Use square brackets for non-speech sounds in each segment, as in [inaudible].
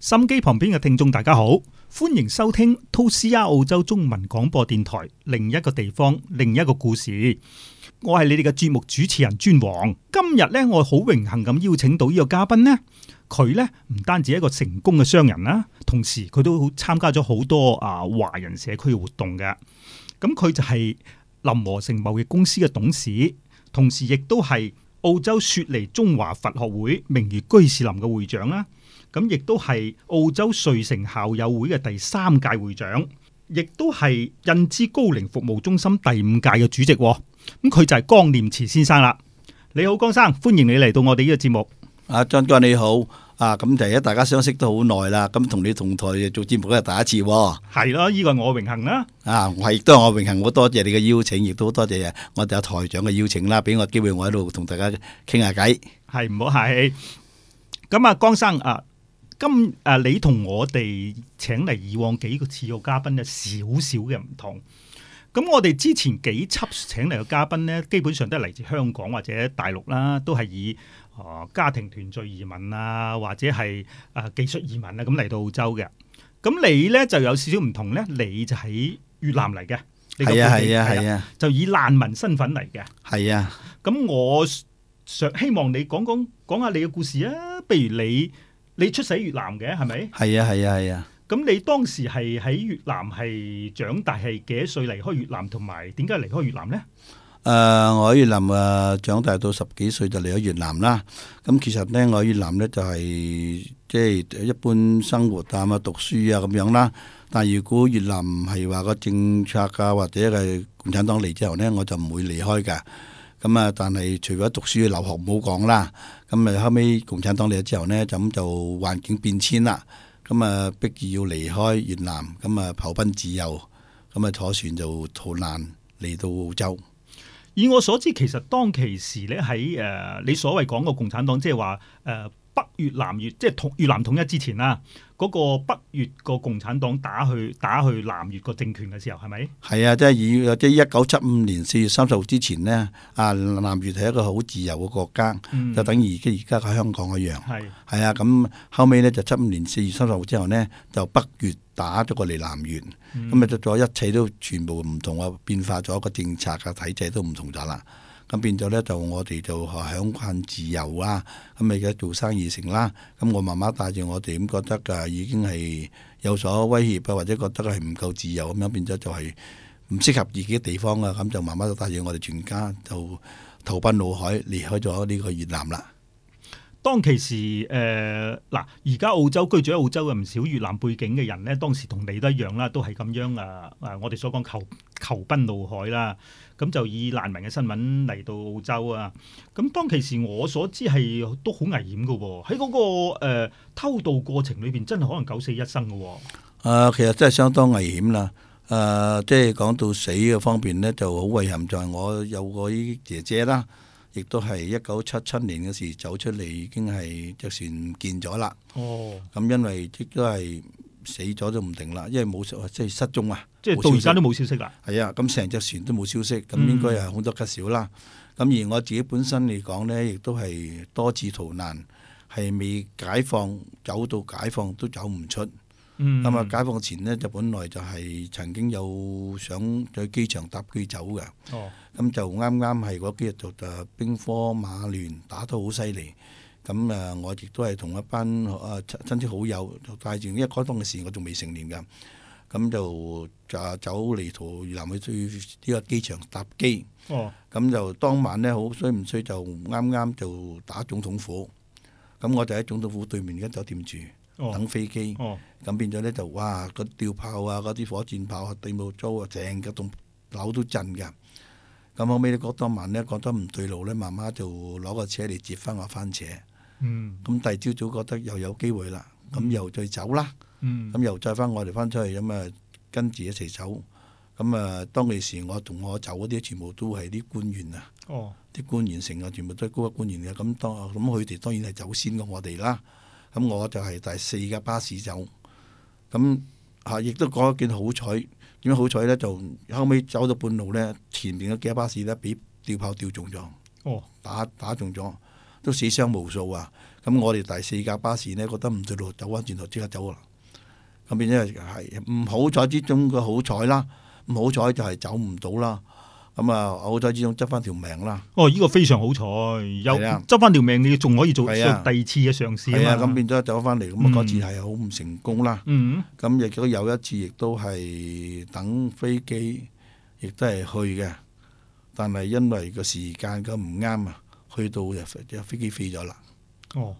心機旁邊嘅聽眾大家好，歡迎收聽 2CR 澳洲中文廣播電台另一個地方另一個故事。我係你哋嘅節目主持人尊王。今日呢，我好榮幸咁邀請到呢個嘉賓呢，佢呢唔單止係一個成功嘅商人啦，同時佢都參加咗好多啊華人社區嘅活動嘅。咁佢就係林和成貿易公司嘅董事，同時亦都係澳洲雪梨中華佛學會名譽居士林嘅會長啦。咁亦都係澳洲瑞城校友會嘅第三屆會長，亦都係印支高齡服務中心第五屆嘅主席喎。咁佢就係江念慈先生啦。你好，江生，歡迎你嚟到我哋呢個節目。啊，張哥你好，啊咁第一大家相識都好耐啦，咁同你同台做節目都係第一次喎，係咯，呢個係我榮幸啦。啊，我係亦都係我榮幸，好多謝你嘅邀請，亦都好多謝我哋阿台長嘅邀請啦，俾我機會我喺度同大家傾下偈。係唔好客氣。咁啊，江生啊，今啊你同我哋請嚟以往幾個次嘅嘉賓有少少嘅唔同。咁我哋之前幾輯請嚟嘅嘉賓呢，基本上都係嚟自香港或者大陸啦，都係以啊、呃家庭團聚移民啊，或者係啊、呃技術移民啊咁嚟到澳洲嘅。咁你呢就有少少唔同呢，你就喺越南嚟嘅，你個係啊背景係啊係啊就以難民身份嚟嘅。係啊，咁我想希望你講講講下你嘅故事啊。譬如你你出世喺越南嘅係咪？係啊，係啊，係啊。咁你當時係喺越南係長大係幾多歲離開越南，同埋點解離開越南呢？誒、呃我喺越南誒、呃長大到十幾歲就嚟咗越南啦。咁其實呢，我喺越南呢就係、即係一般生活啊、咁啊讀書啊咁樣啦。但係如果越南唔係話個政策啊，或者係共產黨嚟之後呢，我就唔會離開㗎。咁啊，但係除咗讀書、留學唔好講啦。咁啊，後尾共產黨嚟咗之後呢，就咁就環境變遷啦。咁啊，逼住要離開越南，咁啊，投奔自由，咁啊，坐船就逃難嚟到澳洲。以我所知，其實當其時咧喺誒你所謂講個共產黨，即係話誒北越南越即係統越南統一之前啦，嗰、個北越個共產黨打去打去南越個政權嘅時候係咪？係啊，即係以即係一九七五年四月三十號之前呢，啊南越係一個好自由嘅國家，嗯就等於而家而家嘅香港一樣。係係啊，咁後尾呢，就七五年四月三十號之後呢，就北越打咗過嚟南越，咁啊就咗一切都全部唔同啊，變化咗個政策嘅體制都唔同咗啦。咁變咗呢，就我哋就享慣自由啊，咁咪而家做生意成啦。咁我媽媽帶住我哋咁覺得啊，已經係有所威脅啊，或者覺得係唔夠自由咁樣，變咗就係唔適合自己嘅地方啊。咁就媽媽就帶住我哋全家就投奔怒海，離開咗呢個越南啦。當其時，誒、嗱，而家澳洲居住喺澳洲嘅唔少越南背景嘅人咧，當時同你都一樣啦，都係咁樣啊啊！我哋所講求求奔怒海啦，咁就以難民嘅身份嚟到澳洲啊。咁當其時，我所知係都好危險嘅喎，喺嗰、個、呃、偷渡過程裏邊，真係可能九死一生嘅喎。啊，其實真係相當危險啦。誒、即係講到死嘅方面呢，就好遺憾，就係我有個姨姐姐啦，亦都係一九七七年嘅時走出嚟，已經係隻船唔見咗啦。哦，咁因為即都係死咗都唔定啦，因為冇消即係失蹤啊，即係到而家都冇消息啦。係啊，咁成隻船都冇消息，咁嗯應該係好多吉少啦。咁、而我自己本身嚟講呢，亦都係多次逃難，係未解放走到解放都走唔出。嗯，咁啊，解放前呢，就本來就係曾經有想喺機場搭機走嘅，哦，咁就啱啱係嗰幾日就誒兵科馬亂打得好犀利，咁誒我亦都係同一班誒親戚好友就帶住，因為嗰當嘅時我仲未成年㗎，咁就就走嚟逃越南去呢個機場搭機，哦，咁就當晚呢，好衰唔衰就啱啱就打總統府，咁我就喺總統府對面間酒店住哦，等飛機。哦，咁變咗咧就哇，嗰啲吊炮啊，嗰啲火箭炮啊，地務租啊，成個棟樓都震㗎。咁後尾咧，嗰當晚咧覺得唔對路咧，媽媽就攞個車嚟接翻我翻車。嗯，咁第二朝早覺得又有機會啦，咁又再走啦，嗯，咁又再翻我哋翻出去，咁啊跟住一齊走。咁啊，當其時我同我走嗰啲全部都係啲官員啊，哦，啲官員成啊，全部都係高級官員嘅。咁當咁佢哋當然係走先過我哋啦。咁我就係第四架巴士走。咁嚇，亦都講一件好彩。點樣好彩呢？就後尾走到半路呢，前面嗰幾架巴士呢，俾吊炮吊中咗，哦，打打中咗。都死傷無數啊！咁我哋第四架巴士呢，覺得唔對路，走翻轉頭即刻走啦。咁變咗係唔好彩之中嘅好彩啦，唔好彩就係走唔到啦。咁啊，好彩之中執翻條命啦。哦，呢個非常好彩，有係啊執翻條命，你仲可以做係啊第二次嘅嘗係試啊，啊咁嘛。變咗走翻嚟，咁啊嗯嗰次係好唔成功啦。嗯，咁亦都有一次，亦都係等飛機，亦都係去嘅，但係因為個時間咁唔啱啊，去到就飛就飛機飛咗啦。哦，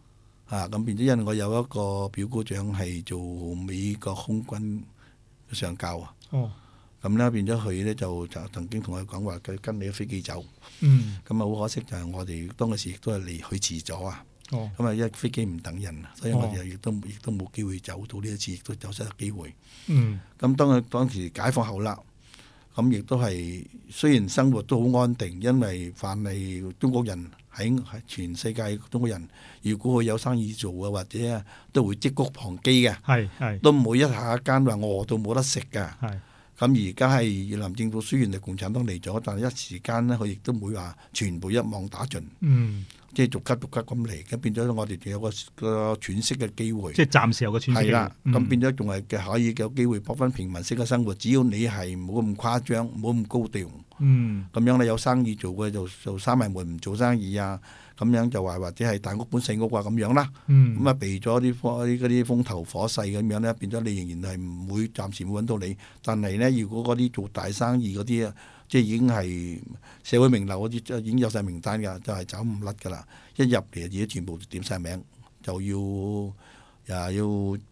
啊，咁變咗，因為我有一個表姑丈係做美國空軍上校啊，哦，咁咧變咗佢咧就就曾經同佢講話，佢跟你飛機走，嗯，咁啊好可惜就係我哋當嗰時亦都係離去遲咗啊，哦，咁啊因為飛機唔等人啊，所以哦我哋亦都亦都冇機會走到呢一次，亦都走失咗機會。嗯，咁當佢當時解放後啦，咁亦都係雖然生活都好安定，因為凡係中國人喺喺全世界中國人，如果佢有生意做啊，或者啊都會積谷防饑嘅，係係都唔會一下間話餓到冇得食㗎。係，咁而家係越南政府雖然係共產黨嚟咗，但係一時間呢，佢亦都唔會話全部一網打盡，嗯，即係逐級逐級咁嚟，咁變咗我哋仲有個個喘息嘅機會。即係暫時有個喘息係期啦，嗯咁變咗仲係嘅可以有機會搏翻平民式嘅生活，只要你係冇咁誇張，冇咁高調，嗯，咁樣你有生意做嘅就就閂埋門唔做生意啊，咁樣就話或者係大屋本細屋啊咁樣啦，嗯，咁啊避咗啲火啲嗰啲風頭火勢咁樣咧，變咗你仍然係唔會暫時冇揾到你，但係呢，如果嗰啲做大生意嗰啲啊，即係已經係社會名流嗰啲，已經有晒名單㗎，就係走唔甩㗎啦，一入嚟自己全部點晒名，就要。啊要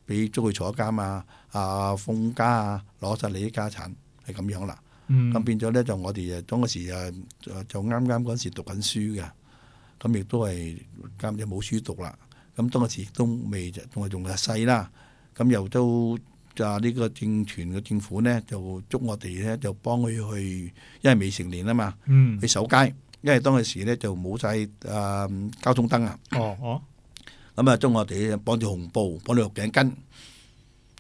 俾捉佢坐監啊，啊封家啊，攞晒你啲家產，係咁樣啦。嗯，咁、變咗咧就我哋誒當嗰時誒就啱啱嗰時讀緊書嘅，咁亦都係監就冇書讀啦。咁當嗰時亦都未就仲係仲係細啦，咁又都就呢個政權嘅政府咧就捉我哋咧就幫佢去，因為未成年啊嘛，嗯去，守街，因為當嗰時咧就冇晒誒交通燈啊。哦哦，咁啊，中我哋綁住紅布，綁住頸巾，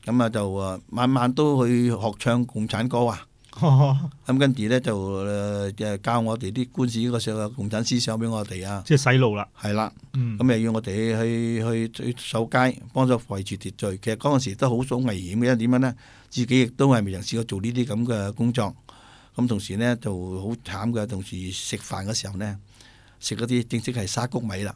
咁啊就啊晚晚都去學唱共產歌啊！哦咁跟住咧就誒誒教我哋啲官史個時候共產思想俾我哋啊， [laughs] 即係洗腦啦，係啦，嗯，咁又要我哋去去去守街，幫手維持秩序。其實嗰陣時都好好危險嘅，因為點樣咧？自己亦都係未人試過做呢啲咁嘅工作。咁同時咧就好慘嘅，同時食飯嘅時候咧，食嗰啲正式係沙谷米啦，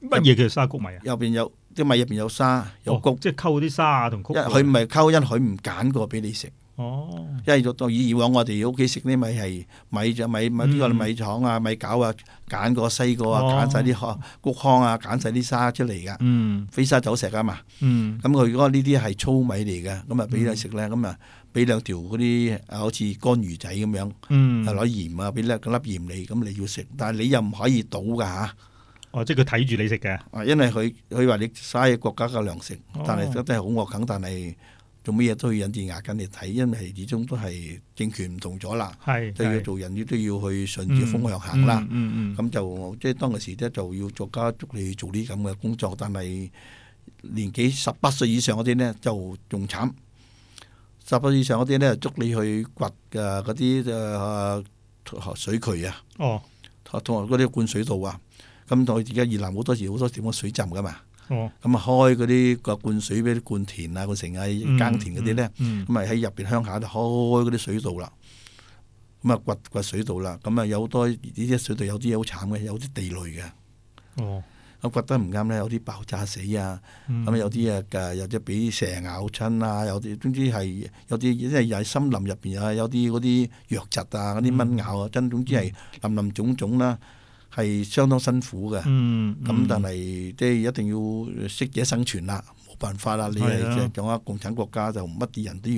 乜嘢叫做沙谷米啊？入邊有啲米入邊有沙有哦谷。即係溝啲沙啊同因谷為啊。佢唔係溝，因為佢唔揀過俾你食。哦，因為到以往我哋屋企食啲米係米就米米呢個嗯米廠啊、米餃啊，揀過西過啊，哦揀晒啲殼谷糠啊，揀晒啲沙出嚟㗎，嗯飛沙走石啊嘛。嗯，咁佢嗰個呢啲係粗米嚟嘅，咁啊俾你食咧，咁啊俾兩條嗰啲啊好似乾魚仔咁樣，嗯啊，攞鹽啊俾粒粒鹽你，咁你要食，但係你又唔可以倒㗎嚇。哦，即係佢睇住你食嘅，啊，因為佢佢話你嘥國家嘅糧食，哦但係真係好惡啃，但係做乜嘢都要忍住牙根嚟睇，因為始終都係政權唔同咗啦，係都要係做人都要去順住風向行啦。嗯嗯咁、就即係當其時咧，就要作家捉你去做呢啲咁嘅工作，但係年紀十八歲以上嗰啲呢，就仲慘。十八歲以上嗰啲呢，捉你去掘嘅嗰啲誒水渠啊，嗯哦同埋嗰啲灌水道啊。咁到而家越南好多時好多地方水浸噶嘛。哦，咁啊開嗰啲個灌水俾啲灌田啊、灌城啊、耕田嗰啲咧，嗯，咁啊喺入邊鄉下就開嗰啲水道啦。咁啊掘掘水道啦，咁啊有好多呢啲水道有啲好慘嘅，有啲地雷嘅。嗯哦，咁掘得唔啱咧，有啲爆炸死啊，嗯咁、有啲啊嘅，有啲俾蛇咬親啊，有啲總之係有啲因為又係森林入邊啊，有啲嗰啲藥疾啊，嗰啲蚊咬啊，真總之係林林種種啦，係相當辛苦嘅。嗯咁但係即係一定要識嘢生存啦，冇辦法啦。你係啊係即係講下共產國家就乜啲人都要，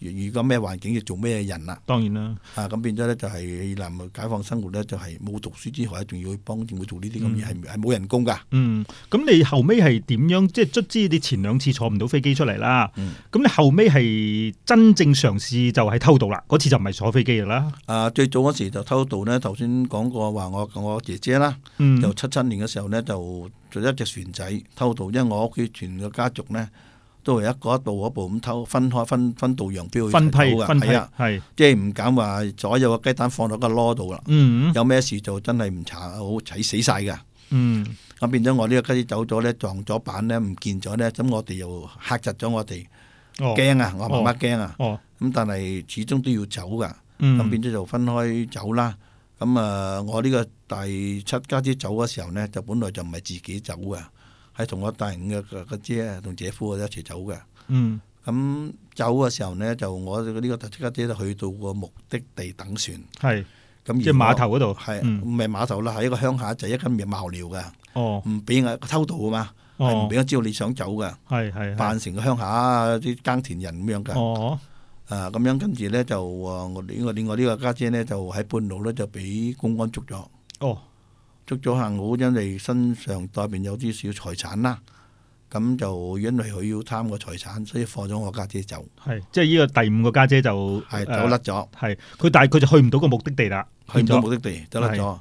如如果咩環境要做咩人啦。當然啦，啊，咁變咗咧就係越南解放生活咧，就係冇讀書之外，仲要去幫政府做呢啲咁嘢，係係冇人工㗎。嗯，咁你後尾係點樣？即係卒之你前兩次坐唔到飛機出嚟啦，嗯咁你後尾係真正嘗試就係偷渡啦，嗰次就唔係坐飛機㗎啦，啊，最早嗰時就偷渡咧，頭先講過話我我姐姐啦，嗯，就七七年嘅時候咧就做一隻船仔偷渡，因為我屋企全個家族咧都係一個一步一步咁偷，分開分分道揚镳去分批偷㗎分批係啊。係，即係唔敢話所有嘅雞蛋放落個籮度啦。嗯有咩事就真係唔查，好睇死晒㗎。嗯咁變咗我呢個吉士走咗咧，撞咗板咧，唔見咗咧，咁我哋又嚇窒咗我哋，哦驚啊！我媽媽驚啊！哦咁但係始終都要走噶，嗯咁變咗就分開走啦。咁啊，我呢個第七家姐走嘅時候呢，就本來就唔係自己走噶，係同我第五嘅個個姐同姐夫我一齊走嘅。嗯咁走嘅時候呢，就我呢個第七家姐就去到個目的地等船。係咁即係碼頭嗰度係啊嗯唔係碼頭啦？係一個鄉下仔，一間茅寮嘅，哦唔俾我偷渡啊嘛，係唔哦俾我知道你想走噶，係係係扮成個鄉下啲耕田人咁樣㗎。哦啊，咁樣跟住咧就啊我呢我呢我呢個家姐咧就喺半路咧就俾公安捉咗，哦捉咗幸好因為身上代邊有啲小財產啦，咁就因為佢要貪個財產，所以放咗我家姐走，係即係呢個第五個家姐就係誒走甩咗，係佢，但係佢就去唔到個目的地啦，去唔變咗到目的地，走甩咗。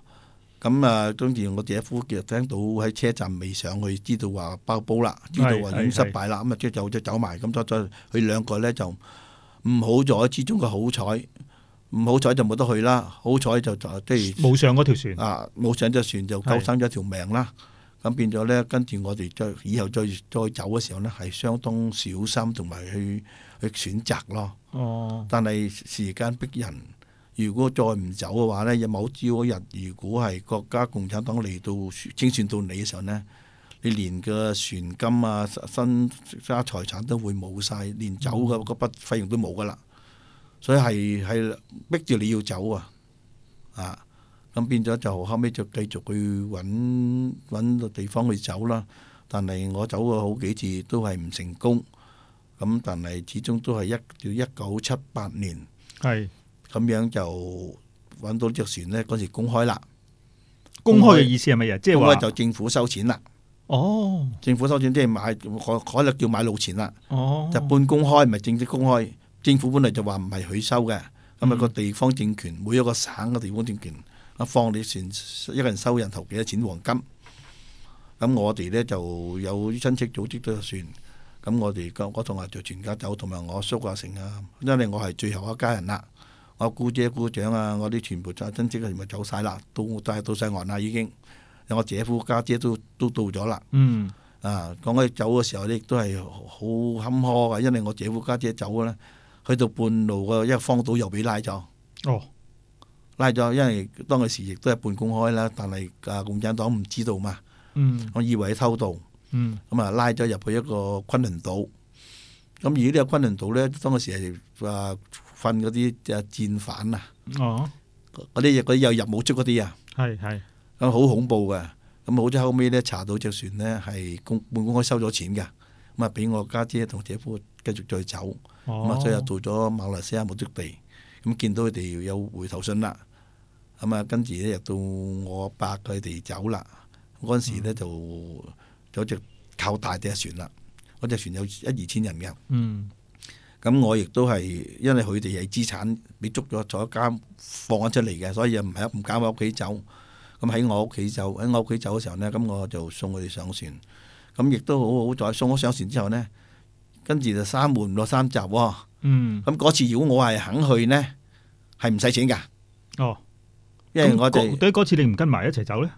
咁啊，跟住我姐夫其實聽到喺車站未上去，知道話包煲啦，知道話已經係失敗啦，咁啊即係就就走埋，咁再再佢兩個咧就唔好在之中嘅好彩，唔好彩就冇得去啦，好彩就就即係。冇上嗰條船。啊冇上隻船就救係生咗條命啦。咁變咗咧，跟住我哋再以後再再走嘅時候咧，係相當小心同埋去去選擇咯。哦但係時間逼人，如果再唔走嘅話咧，有某朝嗰日，如果係國家共產黨嚟到清算到你嘅時候咧，你連個船金啊、身家財產都會冇晒，連走嘅嗰筆費用都冇噶啦。所以係係逼住你要走啊！啊，咁變咗就後尾就繼續去揾揾個地方去走啦。但係我走過好幾次都係唔成功。咁但係始終都係一到一九七八年係咁樣就揾到呢隻船呢，嗰時公開啦，公開嘅意思係乜嘢？即係公話開就政府收錢啦，哦政府收錢即係買海海略叫買路錢啦，哦就半公開唔係正式公開，政府本嚟就話唔係佢收嘅，咁啊個地方政權每一個省嘅地方政權啊放你船一個人收人頭幾多錢黃金，咁我哋呢就有親戚組織咗隻船，咁我哋個我同阿就全家走，同埋我叔啊成啊，因為我係最後一家人啦，我姑姐姑丈啊，我啲全部就親戚全部走晒啦，到但係到晒岸啦已經，我姐夫家姐都都到咗啦。嗯啊，講起走嘅時候咧，亦都係好坎坷嘅，因為我姐夫家姐走咧，去到半路嘅一個荒島又俾拉咗，哦拉咗，因為當其時亦都係半公開啦，但係啊共產黨唔知道嘛，嗯我以為佢偷渡，嗯咁啊拉咗入去一個昆崙島，咁而呢個昆崙島咧，當其時係啊瞓嗰啲啊戰犯啊，哦嗰啲嗰啲又入冇出嗰啲啊，係係咁好恐怖嘅。咁好彩後尾咧查到隻船咧係公半公開收咗錢嘅，咁啊俾我家姐同姐夫繼續再走，咁啊、哦所以又到咗馬來西亞目的地，咁見到佢哋有回頭信啦，咁啊跟住咧又到我阿伯佢哋走啦，嗰陣時咧就有隻靠大隻船啦，嗰隻船有一二千人嘅，嗯咁我亦都係因為佢哋係資產俾捉咗坐監放咗出嚟嘅，所以又唔係唔敢喺屋企走。咁喺我屋企走，喺我屋企走嘅時候呢，咁我就送佢哋上船。咁亦都好好在送咗上船之後呢，跟住就三門落三閘喎。嗯咁嗰次如果我係肯去呢，係唔使錢㗎，哦，因為咁我哋嗰對嗰次你唔跟埋一齊走咧？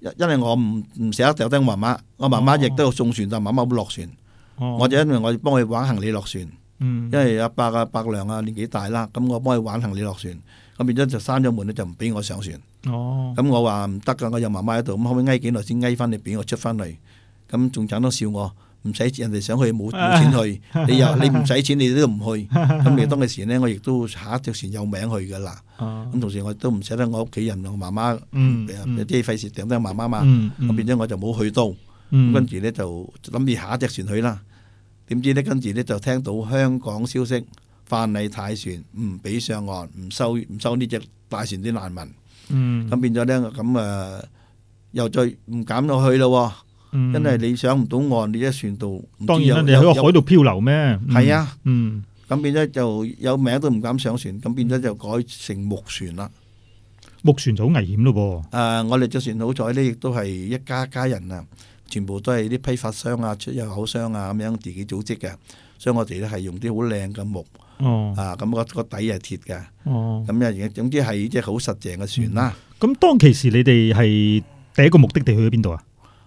因因為我唔唔捨得掉低我媽媽，我媽媽亦都有送船，但媽媽冇落船，哦我就因為我幫佢玩行李落船。嗯因為阿伯啊、伯娘啊年紀大啦，咁我幫佢玩行李落船，咁變咗就閂咗門咧，就唔俾我上船。哦咁我話唔得噶，我有媽媽喺度，咁後尾挨幾耐先挨翻嚟俾我出翻嚟。咁仲賺多笑我，唔使人哋想去冇冇錢 [laughs] 去，你又你唔使錢你都唔去。咁你當其時呢，我亦都下一隻船有名去噶啦。啊咁同時我都唔捨得我屋企人同媽媽，嗯誒嗯即係費事掟低媽媽嘛。嗯咁變咗我就冇去到。咁嗯跟住呢，就諗住下一隻船去啦。點知呢，跟住呢，就聽到香港消息，泛麗泰船唔俾上岸，唔收唔收呢只大船啲難民。嗯咁變咗呢，咁啊又再唔敢落去咯嗯喎，因為你上唔到岸，你一船度唔知當然啦，你有喺有個海度漂流咩？係啊，嗯咁變咗就有名都唔敢上船，咁變咗就改成木船啦。木船就好危險咯誒、啊我哋隻船好彩呢，亦都係一家家人啊，全部都係啲批發商啊、出入口商啊咁樣自己組織嘅，所以我哋咧係用啲好靚嘅木噃。哦啊，咁、個個底係鐵嘅，哦，咁又總之係只好實淨嘅船啦。咁當其時你哋係第一個目的地去咗邊度啊？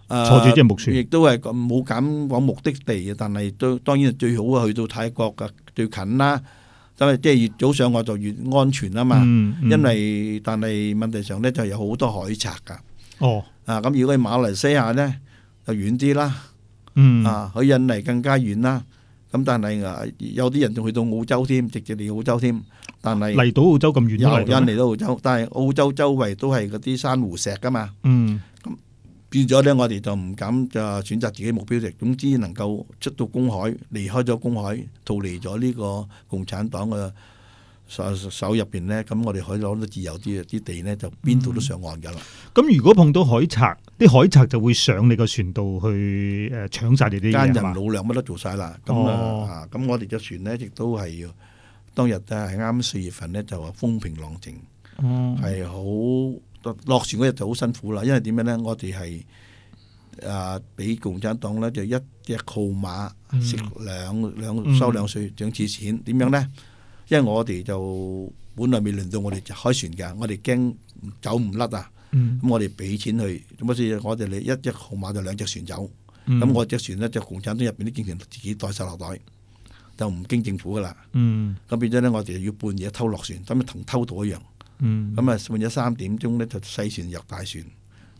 誒坐住隻木船亦都係咁冇敢講目的地嘅，但係都當然最好啊，去到泰國嘅最近啦，因為即係越早上岸就越安全啊嘛。嗯，嗯因為但係問題上咧就有好多海賊㗎，哦，啊咁如果去馬來西亞咧就遠啲啦，嗯，啊去印尼更加遠啦。咁但係啊有啲人仲去到澳洲添，直接嚟澳洲添，但係嚟到澳洲咁遠都有嚟到印咩，尼到澳洲，但係澳洲周圍都係嗰啲珊瑚石㗎嘛。嗯，變咗咧，我哋就唔敢就選擇自己目標值，總之能夠出到公海，離開咗公海，逃離咗呢個共產黨嘅手手入邊咧，咁我哋可以攞到自由啲嘅啲地咧，就邊嗯度都上岸㗎啦。咁如果碰到海賊，啲海賊就會上你個船度去誒搶晒你啲奸嘢人係嘛老娘乜都做晒啦，咁哦啊啊，咁我哋隻船咧亦都係要當日咧係啱四月份咧就話風平浪靜。哦係好落落船嗰日就好辛苦啦，因為點樣呢？我哋係啊俾共產黨呢，就一隻號馬嗯食兩兩嗯收兩水兩次錢，點樣呢？因為我哋就本來未輪到我哋就開船㗎，我哋驚走唔甩啊，嗯，咁我哋俾錢去，咁所以我哋一隻號馬就兩隻船走，嗯咁我隻船呢，就共產黨入邊啲警員自己袋晒落袋，就唔經政府㗎啦，嗯咁變咗呢，我哋要半夜偷落船，咁咪啊同偷渡一樣。嗯咁啊，換咗三點鐘咧，就細船入大船。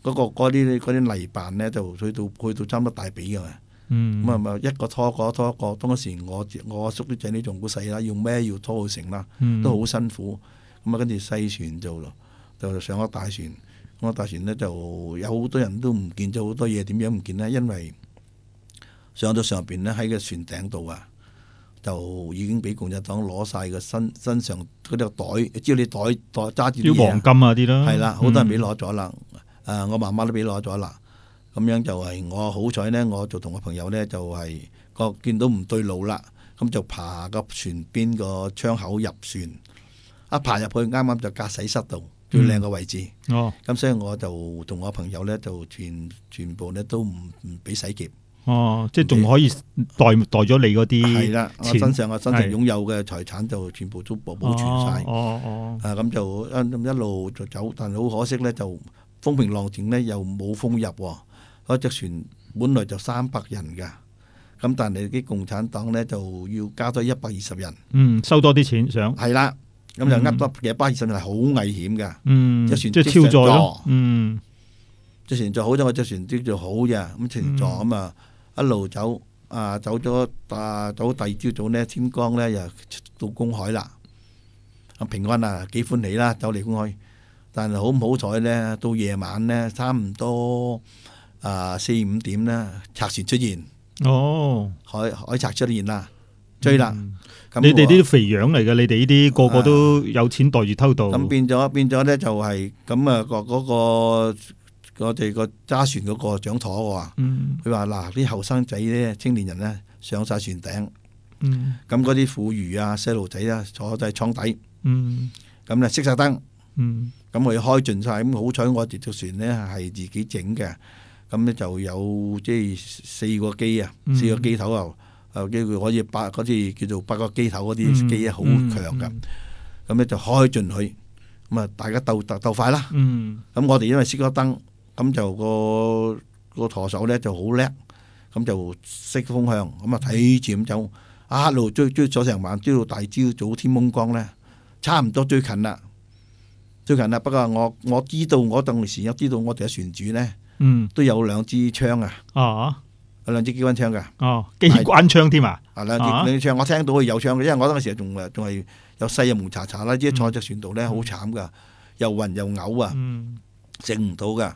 嗰、個嗰啲嗰啲泥板咧，就去到去到差唔多大髀㗎嘛。嗯咁啊咪一個拖一個拖一個。當時我我阿叔啲仔呢仲好細啦，要孭要拖去成啦，嗯都好辛苦。咁啊，跟住細船就就上咗大船。咁啊，大船咧就有好多人都唔見咗好多嘢，點樣唔見呢？因為上到上邊咧，喺個船頂度啊，就已經俾共產黨攞晒個身身上嗰啲袋，只要你袋袋揸住啲啲嘢啊黃金啊啲啦，係啦，好多人俾嗯攞咗啦。誒、我媽媽都俾攞咗啦。咁樣就係我好彩呢，我就同我朋友呢，就係、個見到唔對路啦，咁就爬個船邊個窗口入船，一爬入去啱啱就駕駛室度最靚嘅位置。哦咁、所以我就同我朋友呢，就全全部呢都唔唔俾洗劫。哦，即係仲可以代代咗你嗰係啲啦，我錢身上我身上係擁有嘅財產就全部都保保存晒。哦哦啊，咁就一一路就走，但係好可惜咧，就風平浪靜咧，又冇風入喎。嗰只船本來就三百人㗎，咁但係啲共產黨咧就要加多一百二十人，哦，嗯，收多啲錢想，係啦，咁就呃多嘅一百二十人係好危險㗎。嗯，隻即係船即超載上咯座，嗯隻船就好咗，我隻船啲就好啫，咁船座咁啊一路走啊走咗啊走第二朝早咧天光咧又出到公海啦，咁平安啊幾歡喜啦走嚟公海，但係好唔好彩咧到夜晚咧差唔多啊四五點咧拆船出現，哦，海海賊出現啦追啦，嗯咁你哋我呢啲肥羊嚟嘅，你哋呢啲個個都有錢袋住偷渡，咁變咗變咗咧就係咁啊個嗰個我哋個揸船嗰個掌舵喎。嗯佢話嗱，啲後生仔咧，青年人咧上晒船頂，嗯咁嗰啲婦孺啊、細路仔啊坐喺艙底，嗯咁咧熄晒燈，嗯咁我要開盡晒。咁好彩我哋條船咧係自己整嘅，咁咧就有即係四個機啊，嗯四個機頭啊，啊機佢可以八嗰啲叫做八個機頭嗰嗯啲機啊，好強噶，嗯咁咧就開盡佢，咁啊大家鬥鬥鬥快啦。嗯咁我哋因為熄咗燈，咁就個個舵手咧就好叻，咁就識風向，咁啊睇住咁走，啊一路追追咗成晚，追到大朝早天蒙光咧，差唔多最近啦，最近啦。不過我我知道我當時我知道我哋嘅船主咧嗯都有兩支槍啊，啊有兩支機關槍㗎，哦，機關槍添啊，啊兩支啊兩支槍，我聽到佢有槍嘅，因為我當時仲誒仲係有細啊蒙查查啦，即係坐只船度咧好慘㗎，又暈又嘔啊！嗯整唔到噶。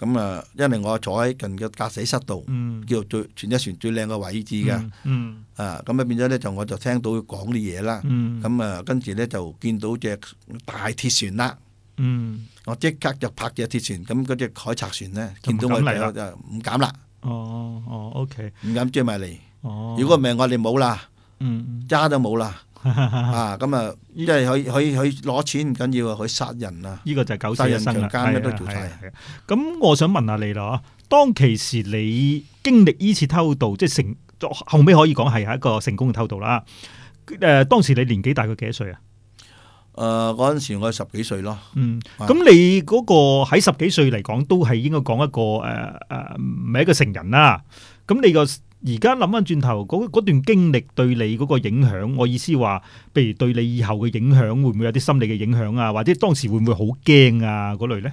咁啊，因為我坐喺近嘅駕駛室度，嗯叫做最全一船最靚嘅位置嘅。嗯啊，咁啊變咗咧就我就聽到佢講啲嘢啦。嗯咁啊，跟住咧就見到隻大鐵船啦。嗯我即刻就拍隻鐵船，咁嗰隻海賊船咧，就唔見到我敢嚟啦就就唔敢啦，哦哦，OK，唔敢追埋嚟。哦，如果唔係我哋冇啦，嗯揸都冇啦。嗯啊，咁啊，因為佢佢佢攞錢唔緊要啊，佢殺人啊。呢個就係九死一生啦，殺人強姦咩係都做晒。係係係咁我想問下你啦，當其時你經歷呢次偷渡，即係成後尾可以講係一個成功嘅偷渡啦。誒、當時你年紀大概幾多歲啊？誒、誒嗰陣時我係十幾歲咯，嗯，咁你嗰個喺十幾歲嚟講，都係應該講一個誒誒，唔、係一個成人啦。咁你個而家諗翻轉頭，嗰嗰段經歷對你嗰個影響，我意思話，譬如對你以後嘅影響，會唔會有啲心理嘅影響啊？或者當時會唔會好驚啊？嗰類咧，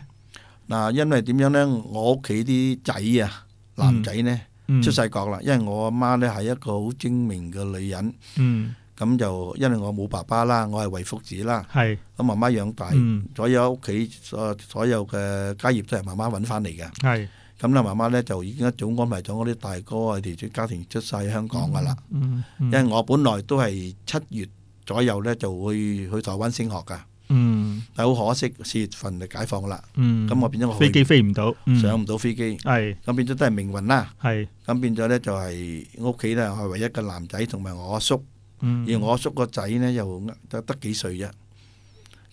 嗱，因為點樣呢？我屋企啲仔啊，男仔呢，嗯出世國啦，因為我阿媽呢係一個好精明嘅女人，嗯，咁就因為我冇爸爸啦，我係為福子啦，係，咁媽媽養大，嗯，所有屋企所所有嘅家業都係媽媽揾翻嚟嘅。係，咁咧，媽媽呢就已經一早安排咗我啲大哥啊，佢哋家庭出世香港噶啦。嗯，因嗯，為我本來都係七月左右呢就會去台灣升學噶，嗯，但好可惜四月份就解放啦，嗯，咁我變咗我去飛機飛唔到，嗯上唔到飛機，係咁變咗都係命運啦。係，咁變咗呢，就係屋企呢係唯一嘅男仔，同埋我阿叔，嗯，而我阿叔個仔呢又得得幾歲啫。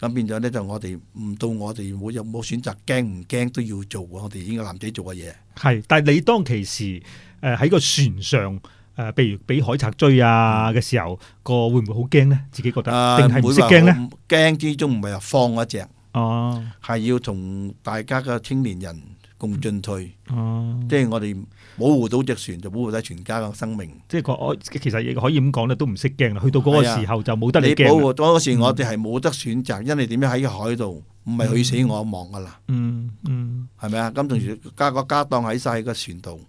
咁變咗呢，就我哋唔到我哋冇有冇選擇，驚唔驚都要做我哋呢個男仔做嘅嘢。係，但係你當其時誒喺個船上誒，譬如俾海賊追啊嘅時候，個會唔會好驚咧？自己覺得嗯啊，定係唔識驚咧？唔會話驚之中唔係話放嗰只，哦，係要同大家嘅青年人共進退，哦，即係我哋保護到只船就保護晒全家嘅生命。即係個我其實亦可以咁講咧，都唔識驚啦。去到嗰個係啊時候就冇得你你保驚啦。護嗰時，我哋係冇得選擇，因為點樣喺個海度，唔係去死我亡噶啦。嗯嗯，係咪啊？咁仲要加個家當喺晒個船度，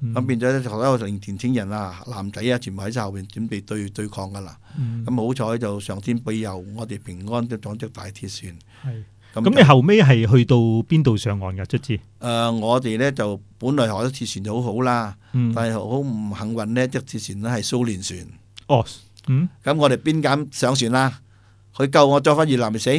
嗯咁變咗咧，所有年年青人啊、男仔啊，全部喺晒後邊準備對對抗㗎啦。嗯咁好彩就上天庇佑，我哋平安都撞只大鐵船。係。咁咁就你後尾係去到邊度上岸㗎？卒之，誒，我哋咧就本來海鐵船就好好啦，嗯，但係好唔幸運呢，隻鐵船咧係蘇聯船。哦，嗯，咁我哋邊敢上船啦？佢救我再翻越南咪死，